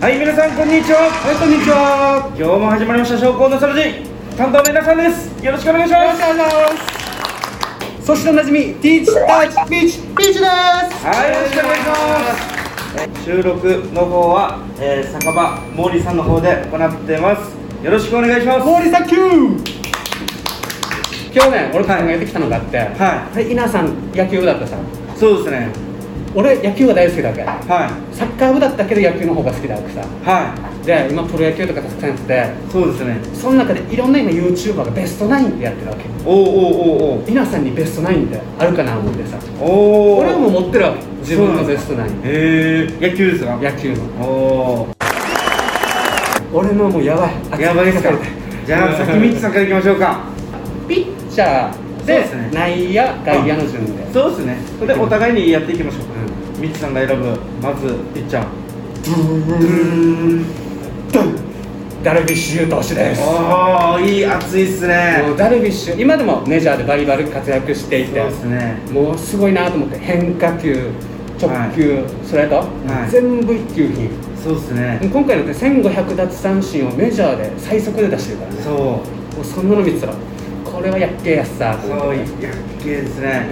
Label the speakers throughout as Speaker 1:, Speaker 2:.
Speaker 1: はい皆さんこんにちははいこんにちは今日も始まりました商工のサラジ担当の皆さんですよろしくお願いします
Speaker 2: そしておなじみティーチタッチピーチピーチです
Speaker 1: はいよろしくお願いします収録の方は、えー、酒場毛利さんの方で行ってますよろしくお願いします
Speaker 2: 森崎キュー今日ね俺考えてきたのがあって、
Speaker 1: は
Speaker 2: はい、稲さん野球部だったさ
Speaker 1: いそうですね
Speaker 2: 俺野球が大好きだわけ
Speaker 1: は
Speaker 2: サッカー部だったけど野球の方が好きだわけさ
Speaker 1: いは
Speaker 2: で今プロ野球とかたくさんやってて
Speaker 1: いそうですね
Speaker 2: その中でいろんな今 YouTuber がベストナインってやってるわけ
Speaker 1: おうおうおう
Speaker 2: 稲さんにベストナインってあるかな思ってさ
Speaker 1: おおお
Speaker 2: 俺はもう持ってるわけ自分のベストナイン
Speaker 1: えー、野球ですか
Speaker 2: 野球の
Speaker 1: おお
Speaker 2: 俺のもうやばい
Speaker 1: やばいですかじゃあ先ミッチさんからいきましょうか
Speaker 2: ピッチャー
Speaker 1: そう
Speaker 2: で
Speaker 1: ですね
Speaker 2: 内野外野の順で
Speaker 1: そうですねそれでお互いにやっていきましょう
Speaker 2: う
Speaker 1: ミッチさんが選ぶまずピッチャー
Speaker 2: ダルビッシュ有投手ですも
Speaker 1: おおいい熱いっすね
Speaker 2: うダルビッシュ今でもメジャーでバリバリ活躍してい
Speaker 1: そう
Speaker 2: て
Speaker 1: ですね
Speaker 2: もうすごいなと思って変化球直球、スライダー、
Speaker 1: はい
Speaker 2: 全部一級品
Speaker 1: そうですね
Speaker 2: 今回のって1500奪三振をメジャーで最速で出してるからね
Speaker 1: そう
Speaker 2: もうそんなの見てたらこれはやっけえやつさと
Speaker 1: そ
Speaker 2: 思
Speaker 1: う
Speaker 2: っ
Speaker 1: い
Speaker 2: て
Speaker 1: やっけですね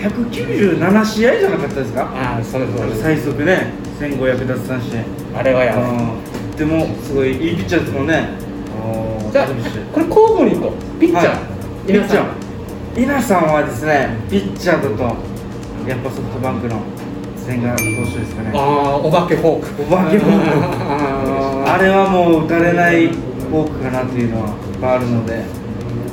Speaker 1: 197試合じゃなかったですか
Speaker 2: ああそうですそうです
Speaker 1: 最速ね1500奪三振
Speaker 2: あれはやばい
Speaker 1: うんでもすごいいいピッチャーですもんねおー
Speaker 2: じゃ
Speaker 1: ダ
Speaker 2: あ
Speaker 1: ルビッシュ
Speaker 2: これ交互にいこうピッチャ
Speaker 1: はい
Speaker 2: ー
Speaker 1: ピッ
Speaker 2: 皆
Speaker 1: チ
Speaker 2: さ
Speaker 1: ャ
Speaker 2: ん
Speaker 1: ー稲さんはですねピッチャーだとやっぱソフトバンクの千賀投手ですかね
Speaker 2: ああお化けフォーク
Speaker 1: お化けフォーク
Speaker 2: あー
Speaker 1: あれはもう打たれないフォークかなというのはいっぱいあるので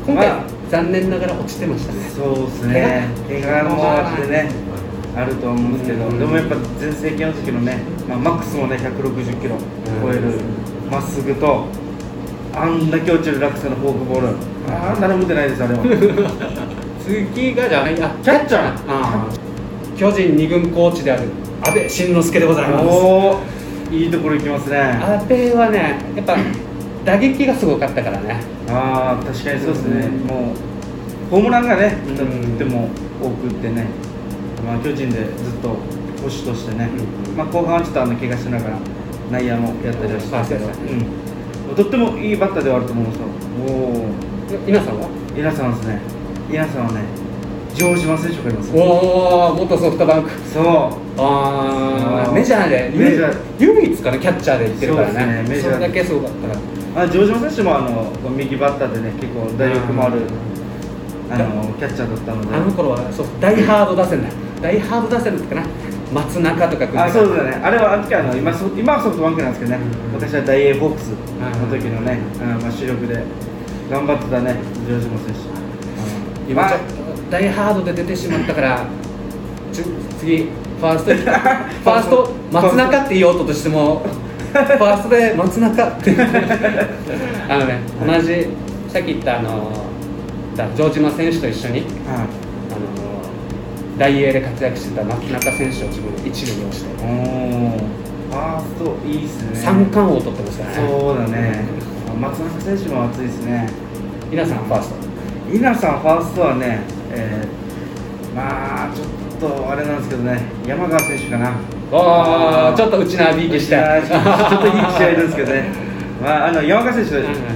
Speaker 2: 今回、
Speaker 1: まあ
Speaker 2: 残念ながら落ちてましたね
Speaker 1: そうですね怪我もあってねあると思うんですけど
Speaker 2: うん
Speaker 1: でもやっぱ全盛期の時のね、まあ、マックスもね160キロ超えるまっすぐとあんだけ落ちる落差のフォークボールああ誰も打てないですあれは
Speaker 2: 次がじゃあいや
Speaker 1: キャッチャー
Speaker 2: あー巨人二軍コーチである安倍晋之助でございます
Speaker 1: おーいいところ行きますねあ
Speaker 2: 安倍はねやっぱ打撃がすごかったからね
Speaker 1: あー確かにそうですね、
Speaker 2: うん
Speaker 1: もうホームランがね
Speaker 2: うん
Speaker 1: 打っても多く打ってね、まあ、巨人でずっと保守としてね、
Speaker 2: うん
Speaker 1: まあ、後半はちょっとあの怪我しながら内野もやったりはしたんですけど、
Speaker 2: そうで
Speaker 1: うん、とってもいいバッターではあると思うんですよお
Speaker 2: 皆さんは
Speaker 1: お稲さんですね稲さんはね城島選手がいます
Speaker 2: おお元ソフトバンク
Speaker 1: そう
Speaker 2: あ
Speaker 1: あ
Speaker 2: あ
Speaker 1: ー
Speaker 2: メジャーで
Speaker 1: メジャー
Speaker 2: 唯唯一かなキャッチャーでいってるから
Speaker 1: そうですね
Speaker 2: ね
Speaker 1: メジャー
Speaker 2: それだけすごかったから
Speaker 1: あ城島選手もあの右バッターでね結構打力もあるあのキャッチャーだったので
Speaker 2: あの頃はそうダイハード打線だダイハード打線だったかな松中とか
Speaker 1: あそうだ
Speaker 2: ね
Speaker 1: ね、あれはあの時あの今ソ今はソフトバンクなんですけどね、
Speaker 2: うん
Speaker 1: 昔はダイエーボックスの時のね、うんまあ、主力で頑張ってたね、ジョージモ選手。
Speaker 2: 今
Speaker 1: 今
Speaker 2: ちょっと大ハードで出てしまったからちょ次フ ァーストファースト松中って言おうととしてもファーストで松中 ってあのね同じさっき言ったあのだ城島選手と一緒に
Speaker 1: はい
Speaker 2: あの大英で活躍してた松中選手を自分で一塁に押して
Speaker 1: おーファーストいいっすね。
Speaker 2: 三冠王を取ってますからね
Speaker 1: そうだね、松中選手も熱いですね。
Speaker 2: 皆さんファースト
Speaker 1: 稲さん、ファーストはね、えーまあ、ちょっとあれなんですけどね、山川選手かな。
Speaker 2: ああちょっと内縄びいきして
Speaker 1: いやーちょっといい試合ですけどね、まあ、あの山川選手、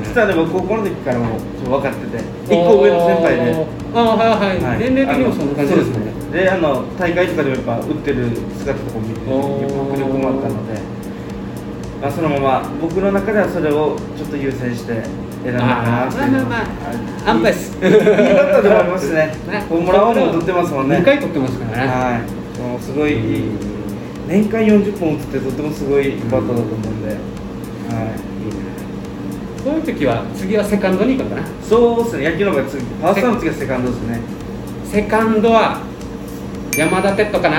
Speaker 1: 実はでも高校の時からもうちょっと分かってて、1個上の先輩で、
Speaker 2: ああはいはい、
Speaker 1: はい
Speaker 2: 年齢的にもそんな感じですもんね
Speaker 1: あのそうですねであの大会とかでもやっぱ打ってる姿とかも見て、
Speaker 2: おー
Speaker 1: 迫力もあったので、まあ、そのまま僕の中ではそれをちょっと優先して選んだかなっていうのは
Speaker 2: まあまあまあ
Speaker 1: はい
Speaker 2: 安泰っす
Speaker 1: いいバッターでもありますし ね、ホームラン王も取ってますもんね。
Speaker 2: 2回取ってますからね、
Speaker 1: はい、もうすごいいい年間40本打つってとてもすごいバッターだと思うんで、はい、
Speaker 2: そういう時は次はセカンドに行くのかな
Speaker 1: そうですね野球の方が次ファーストの次はセカンドですね
Speaker 2: セカンドは山田テッドかな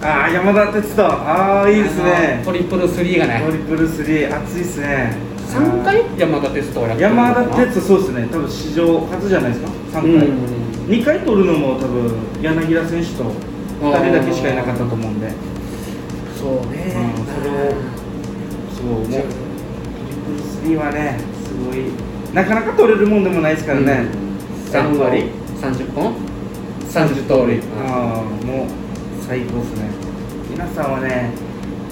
Speaker 1: ああ山田哲人ああいいです
Speaker 2: あの
Speaker 1: ね
Speaker 2: トリプルスリーが
Speaker 1: ト
Speaker 2: ね
Speaker 1: リプルスリー熱いですね
Speaker 2: 3
Speaker 1: あ
Speaker 2: 回山田テストをやっ
Speaker 1: ー
Speaker 2: てるの
Speaker 1: 山
Speaker 2: かな
Speaker 1: 田哲人そうですね多分史上初じゃないですか3回、
Speaker 2: うん
Speaker 1: 2回取るのも多分柳田選手と2人だけしかいなかったと思うんで、うん、
Speaker 2: そうね、
Speaker 1: それをそうもうトリプルスリーはねすごいなかなか取れるもんでもないですからね、
Speaker 2: 3
Speaker 1: 三割
Speaker 2: 割30本30通り、
Speaker 1: ああもう最高ですね皆さんはね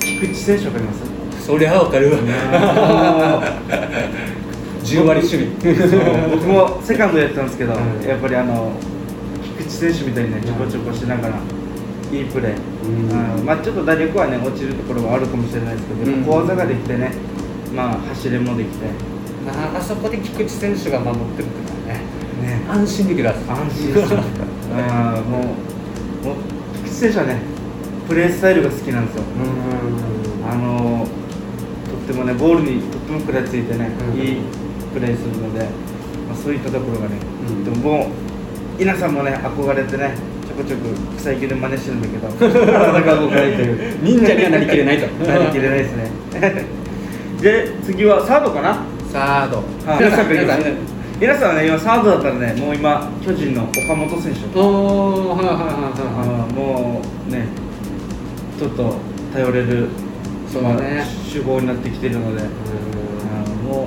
Speaker 1: 菊池選手わかります
Speaker 2: そりゃわかるわ10割守備
Speaker 1: 僕もセカンドやってたんですけど、
Speaker 2: うん
Speaker 1: やっぱりあの菊池選手みたいにねちょこちょこしながらいいプレー、
Speaker 2: うん
Speaker 1: うんまあ、ちょっと打力はね落ちるところはあるかもしれないですけど、やっぱ小技ができてね、まあ、走れもできて、ね、
Speaker 2: ああそこで菊池選手が守ってるってのはね安心できるはず
Speaker 1: 安心して るあーもうもう菊池選手はねプレースタイルが好きなんですよあのーとってもねボールにとっても食らいついてね、
Speaker 2: うん
Speaker 1: いいプレーするので、まあ、そういったところがね、
Speaker 2: うん
Speaker 1: でももう稲さんもね憧れてねちょこちょこ草野球で真似してるんだけど 体が動かないという
Speaker 2: 忍者にはなりきれないと
Speaker 1: なりきれないですね で次はサードかな
Speaker 2: サード
Speaker 1: 皆さんがいます皆さんはね今サードだったらねもう今巨人の岡本選手
Speaker 2: おーはいはい
Speaker 1: あ
Speaker 2: はいはい
Speaker 1: のもうねちょっと頼れる
Speaker 2: そうだね
Speaker 1: まあ主砲になってきてるので、あのもう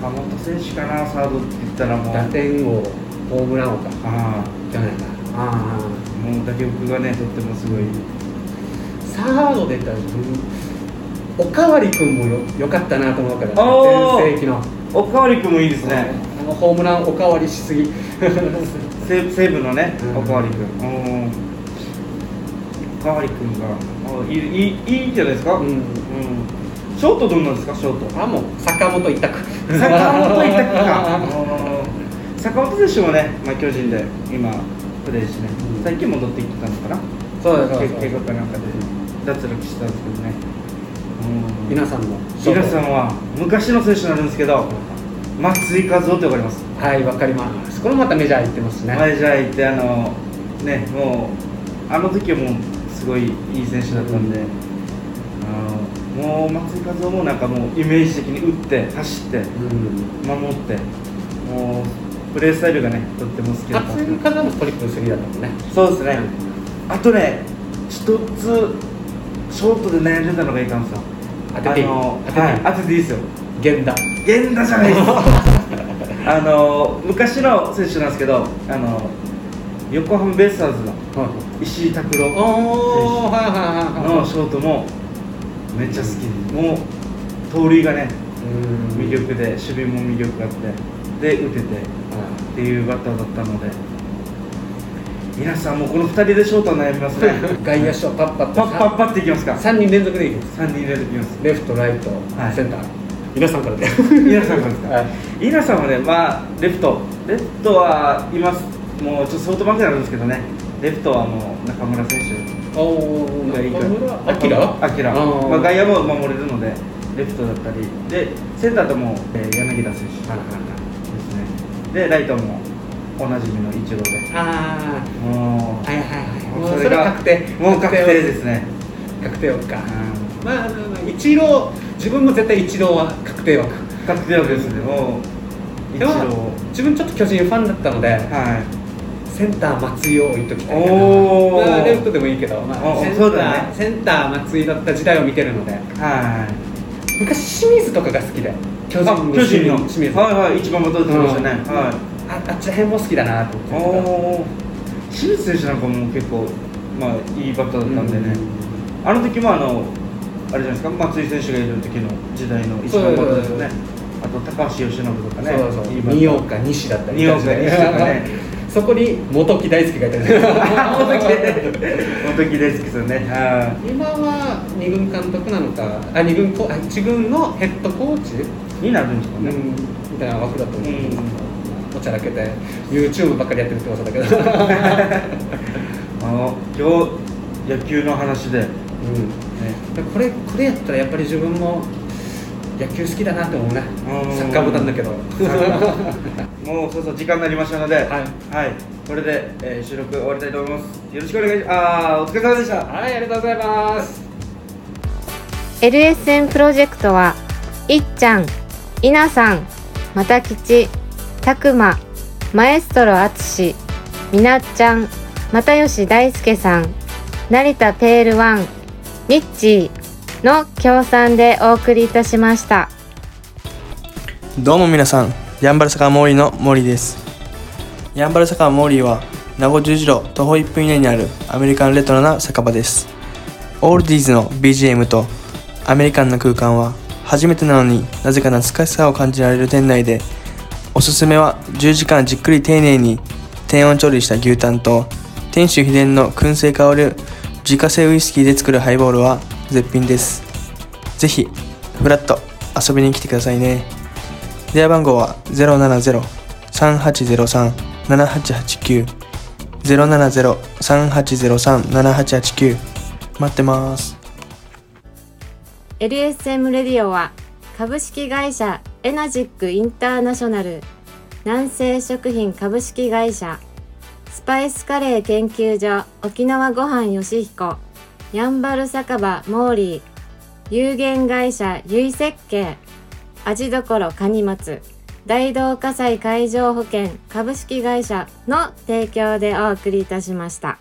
Speaker 1: 岡本選手かなサードって言ったらもう
Speaker 2: 打点王ホームラン王か
Speaker 1: あ
Speaker 2: じゃないかあ
Speaker 1: あもう打力がねとってもすごい
Speaker 2: サードで言ったらおかわり君もよよかったなと思うから
Speaker 1: おー
Speaker 2: 全盛期の
Speaker 1: おかわり君もいいですね
Speaker 2: あのホームランおかわりしすぎ
Speaker 1: 西西武のね
Speaker 2: うん
Speaker 1: おかわり君うんおかわり君があいいいいいいんじゃないですか、う
Speaker 2: う
Speaker 1: ん
Speaker 2: ん
Speaker 1: ショートどんなんですかショート
Speaker 2: あもう坂本一択
Speaker 1: 坂本いたっけかうん坂本選手もね、まあ、巨人で今プレーしてね、
Speaker 2: うん
Speaker 1: 最近戻ってきたのかな
Speaker 2: そうだそうだ
Speaker 1: け
Speaker 2: そう
Speaker 1: 怪
Speaker 2: だ
Speaker 1: 我かなんかで脱落したんですけどね、うん、
Speaker 2: 皆さんも
Speaker 1: 皆さんは昔の選手になるんですけど松井一夫ってわかります、
Speaker 2: はいわかりますこれもまたメジャー行ってますね、
Speaker 1: 前じゃあ行ってあのねもうあの時はもうすごいいい選手だったんで、あのもう松井一夫もなんかもうイメージ的に打って走って
Speaker 2: うん
Speaker 1: 守ってもうプレースタイルがねとっても好きだった
Speaker 2: 初見からもトリプルスリーだったもんね
Speaker 1: そうですねあとね一つショートで悩んでたのがいいかもさ
Speaker 2: 当てていい
Speaker 1: あの
Speaker 2: 当てていい
Speaker 1: はい当てていいですよ
Speaker 2: 源田
Speaker 1: 源田じゃないですあの昔の選手なんですけどあの横浜ベイスターズの石井拓
Speaker 2: お
Speaker 1: 郎
Speaker 2: おはいはいはい
Speaker 1: の
Speaker 2: は
Speaker 1: ショートもめっちゃ好きですもう盗塁がね
Speaker 2: いう
Speaker 1: 魅
Speaker 2: ん
Speaker 1: 力で守備も魅力があってで打てて
Speaker 2: は
Speaker 1: っていうバッターだったので皆さんもうこの2人でショートは悩みますね
Speaker 2: い 外野手をパッパッ
Speaker 1: パ
Speaker 2: と
Speaker 1: ッパッパッっていきますか
Speaker 2: 3人連続でいきます
Speaker 1: 3人入れてき ます
Speaker 2: レフトライト、
Speaker 1: はい
Speaker 2: センター皆さんからで、
Speaker 1: 皆さんからですか
Speaker 2: はい
Speaker 1: 皆さんはねまあレフトレフトはいますもうちょっとソフトバンクになるんですけどねレフトはもう中村選手
Speaker 2: おお
Speaker 1: がいい
Speaker 2: アキラ
Speaker 1: アキラ、
Speaker 2: あー
Speaker 1: まあ、外野も守れるのでレフトだったりでセンターとも、えー柳田選手です
Speaker 2: はいは
Speaker 1: ねでライトもおなじみのイチローで
Speaker 2: あ
Speaker 1: もう
Speaker 2: あはいはいはい
Speaker 1: もう
Speaker 2: もう
Speaker 1: そ
Speaker 2: そ
Speaker 1: れ
Speaker 2: れ
Speaker 1: が
Speaker 2: 確定
Speaker 1: もう確定ですね
Speaker 2: 確定枠かまあまあまあ一郎自分も絶対一郎は確定枠
Speaker 1: 確定ですねもう一
Speaker 2: で
Speaker 1: 郎
Speaker 2: も自分ちょっと巨人ファンだったので
Speaker 1: はい
Speaker 2: センター松井を置いときたいかな
Speaker 1: おー
Speaker 2: まあ、レフトでもいいけど、まあ、
Speaker 1: お
Speaker 2: センタ
Speaker 1: そうだね
Speaker 2: ーセンター松井だった時代を見てるので
Speaker 1: は
Speaker 2: 昔清水とかが好きで巨
Speaker 1: い
Speaker 2: 人
Speaker 1: あ
Speaker 2: の
Speaker 1: 巨人の
Speaker 2: 清水
Speaker 1: はいはい一番バッター打ってましたね、
Speaker 2: うん
Speaker 1: は
Speaker 2: ああっちら辺も好きだなと
Speaker 1: い
Speaker 2: 思っ
Speaker 1: お
Speaker 2: て
Speaker 1: お清水選手なんかも結構まあいいバッターだったんでね、あの時もあのあれじゃないですか松井選手がいる時の時代の一番バッターですよねあと高橋由伸とかね
Speaker 2: そうそう
Speaker 1: いいバッター
Speaker 2: 二岡西だったり
Speaker 1: 二岡西とかね
Speaker 2: そこに元木大輔がいたり する
Speaker 1: 本当に 本当に大好きですよねはい
Speaker 2: 今は二軍監督なのかあ二軍こあ一軍のヘッドコーチ、
Speaker 1: になるんですか
Speaker 2: う
Speaker 1: ね、
Speaker 2: ん、みたいな枠だと思うんですけど
Speaker 1: う
Speaker 2: おちゃらけて YouTube ばっかりやってるって噂だけど、う
Speaker 1: あの今日野球の話 で、ね、
Speaker 2: んこれこれやったらやっぱり自分も野球好きだなって思うね
Speaker 1: ん
Speaker 2: サッカーボタンだけ ど
Speaker 1: もうそうそう時間になりましたので、はい
Speaker 2: はい
Speaker 1: これで、えー収録終わりたいと思います。よろしくお願いします。あーお疲れ様でした。
Speaker 2: はいありがとうございます
Speaker 3: LSN プロジェクトはいっちゃん、いなさん、またきち、たくま、マエストロあつし、みなっちゃん、またよし大輔さん、成田ペールワン、ミッチーの協賛でお送りいたしました。
Speaker 4: どうも皆さん、ヤンバル坂モーリーのモーリーです。ヤンバル坂モーリーは、名護十字路徒歩1分以内にあるアメリカンレトロな酒場です。オールディーズの BGM とアメリカンな空間は初めてなのになぜか懐かしさを感じられる店内でおすすめは10時間じっくり丁寧に低温調理した牛タンと店主秘伝の燻製香る自家製ウイスキーで作るハイボールは絶品ですぜひフラッと遊びに来てくださいね電話番号は070-3803-7889 070-3803-7889待ってます
Speaker 3: LSM レディオは株式会社エナジックインターナショナル南西食品株式会社スパイスカレー研究所沖縄ごはんよしひこやんばる酒場モーリー有限会社ゆい設計味どころかに松大同火災海上保険株式会社の提供でお送りいたしました。